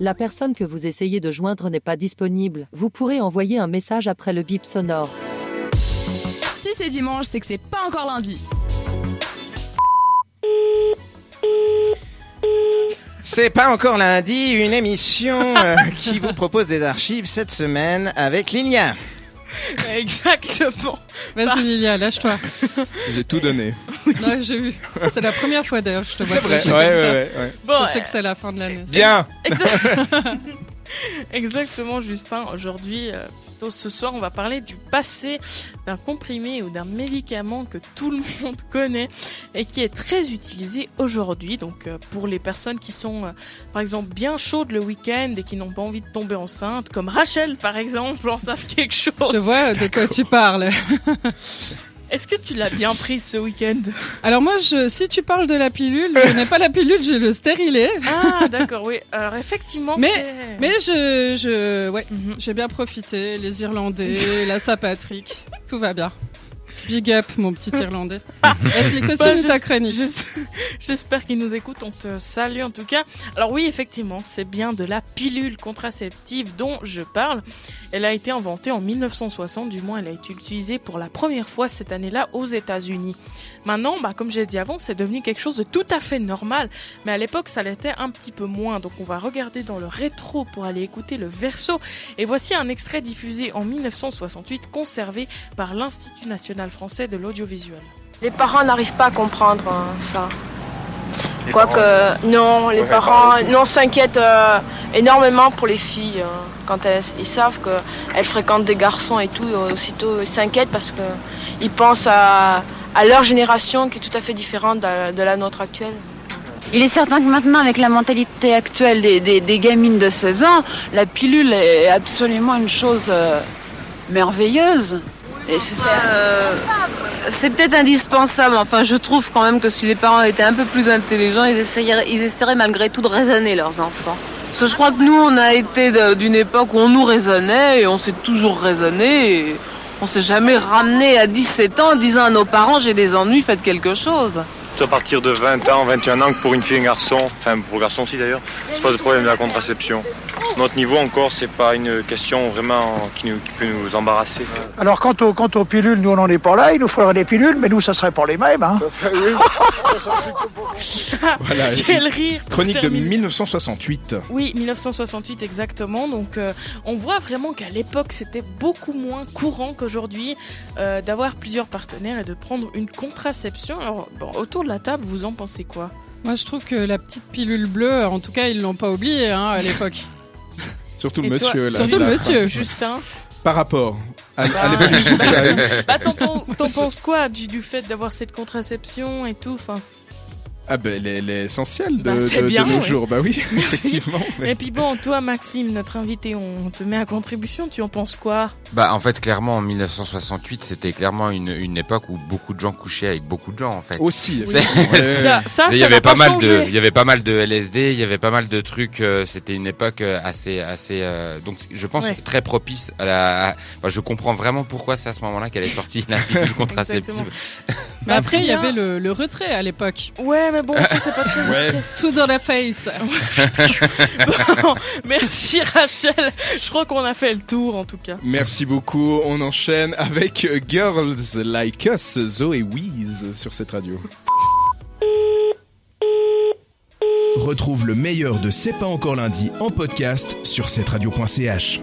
La personne que vous essayez de joindre n'est pas disponible. Vous pourrez envoyer un message après le bip sonore. Si c'est dimanche, c'est que c'est pas encore lundi. C'est pas encore lundi, une émission euh, qui vous propose des archives cette semaine avec Lilia. Exactement. Vas-y Lilia, lâche-toi. J'ai tout donné. Non, j'ai vu. C'est la première fois d'ailleurs que je te vois. C'est vrai. flasher Ouais, comme ça. ouais, ouais, ouais. Bon, Tu sais que c'est la fin de l'année. Bien. euh, exactement, Justin. Aujourd'hui, euh, plutôt ce soir, on va parler du passé d'un comprimé ou d'un médicament que tout le monde connaît et qui est très utilisé aujourd'hui. Donc, euh, pour les personnes qui sont, euh, par exemple, bien chaudes le week-end et qui n'ont pas envie de tomber enceinte, comme Rachel, par exemple, en savent quelque chose. Je vois de quoi tu parles. Est-ce que tu l'as bien prise ce week-end Alors moi, je, si tu parles de la pilule, je n'ai pas la pilule, j'ai le stérilet. Ah, d'accord, oui. Alors, effectivement, Mais- c'est... Mais je, je, ouais, Mhm. j'ai bien profité. Les Irlandais, la Saint-Patrick, tout va bien. Big up, mon petit Irlandais. Vas-y, continue Bah, je- ta chronique. je- J'espère qu'ils nous écoutent. On te salue en tout cas. Alors oui, effectivement, c'est bien de la pilule contraceptive dont je parle. Elle a été inventée en 1960, du moins elle a été utilisée pour la première fois cette année-là aux États-Unis. Maintenant, bah, comme j'ai dit avant, c'est devenu quelque chose de tout à fait normal, mais à l'époque ça l'était un petit peu moins. Donc on va regarder dans le rétro pour aller écouter le verso. Et voici un extrait diffusé en 1968, conservé par l'Institut national français de l'audiovisuel. Les parents n'arrivent pas à comprendre hein, ça. Quoique, euh, non, les Ouais, parents non s'inquiètent euh, énormément pour les filles. hein. quand elles, ils savent qu'elles fréquentent des garçons et tout, euh, aussitôt ils s'inquiètent parce qu'ils pensent à, à leur génération qui est tout à fait différente de la- de la nôtre actuelle. Il est certain que maintenant, avec la mentalité actuelle des, des- des gamines de 16 ans, la pilule est absolument une chose euh, merveilleuse. Et c'est euh, c'est peut-être indispensable. Enfin, je trouve quand même que si les parents étaient un peu plus intelligents, ils essaieraient, ils essaieraient malgré tout de raisonner leurs enfants. Parce que je crois que nous, on a été de- d'une époque où on nous raisonnait et on s'est toujours raisonné. et On s'est jamais ramené à 17 ans en disant à nos parents j'ai des ennuis, faites quelque chose. C'est à partir de 20 ans, 21 ans que pour une fille et un garçon, enfin pour le garçon aussi d'ailleurs, c'est pas de problème de la contraception. Notre niveau encore, c'est pas une question vraiment qui, nous- qui peut nous embarrasser. Alors quant aux, quant aux pilules, nous on n'en est pas là, il nous faudrait des pilules, mais nous ça serait pour les mêmes. Hein. Voilà. Quel rire pour Chronique de terminer. 1968. Oui, 1968 exactement. Donc euh, on voit vraiment qu'à l'époque c'était beaucoup moins courant qu'aujourd'hui euh, d'avoir plusieurs partenaires et de prendre une contraception. Alors bon, autour de la table, vous en pensez quoi Moi, je trouve que la petite pilule bleue, en tout cas, ils l'ont pas oubliée hein, à l'époque. Surtout Et le monsieur. toi- là, Surtout là, le monsieur. Justin Par rapport à, à Bah, l'évolution de la- Bah t'en pen- t'en penses quoi du, du fait d'avoir cette contraception et tout enfin, c'est- Ah ben, elle est, elle est essentielle de, Bah, c'est Eh de- de bien, nos ouais. jours. Bah oui, Merci. effectivement. Et puis bon, toi Maxime, notre invité, on te met à contribution, tu en penses quoi Bah en fait clairement en 1968 c'était clairement une, une époque où beaucoup de gens couchaient avec beaucoup de gens en fait. Aussi. C'est- Ouais. Ça, ça, Il y ça avait n'a pas, mal de, changé. il y avait pas mal de LSD, il y avait pas mal de trucs. euh, C'était une époque euh, assez, assez, euh, donc je pense Ouais. très propice à la. à- enfin, je comprends vraiment pourquoi c'est à ce moment-là qu'elle est sortie la pilule contraceptive. Exactement. Mais après, il y bien. avait le, le retrait à l'époque. Ouais, mais bon, ça c'est pas très Ouais. efficace. Tout dans la face. Bon, merci Rachel. Je crois qu'on a fait le tour en tout cas. Merci beaucoup. On enchaîne avec euh, Girls Like Us, Zoé Weeze sur cette radio. Retrouve le meilleur de C'est pas encore lundi en podcast sur cette radio.ch.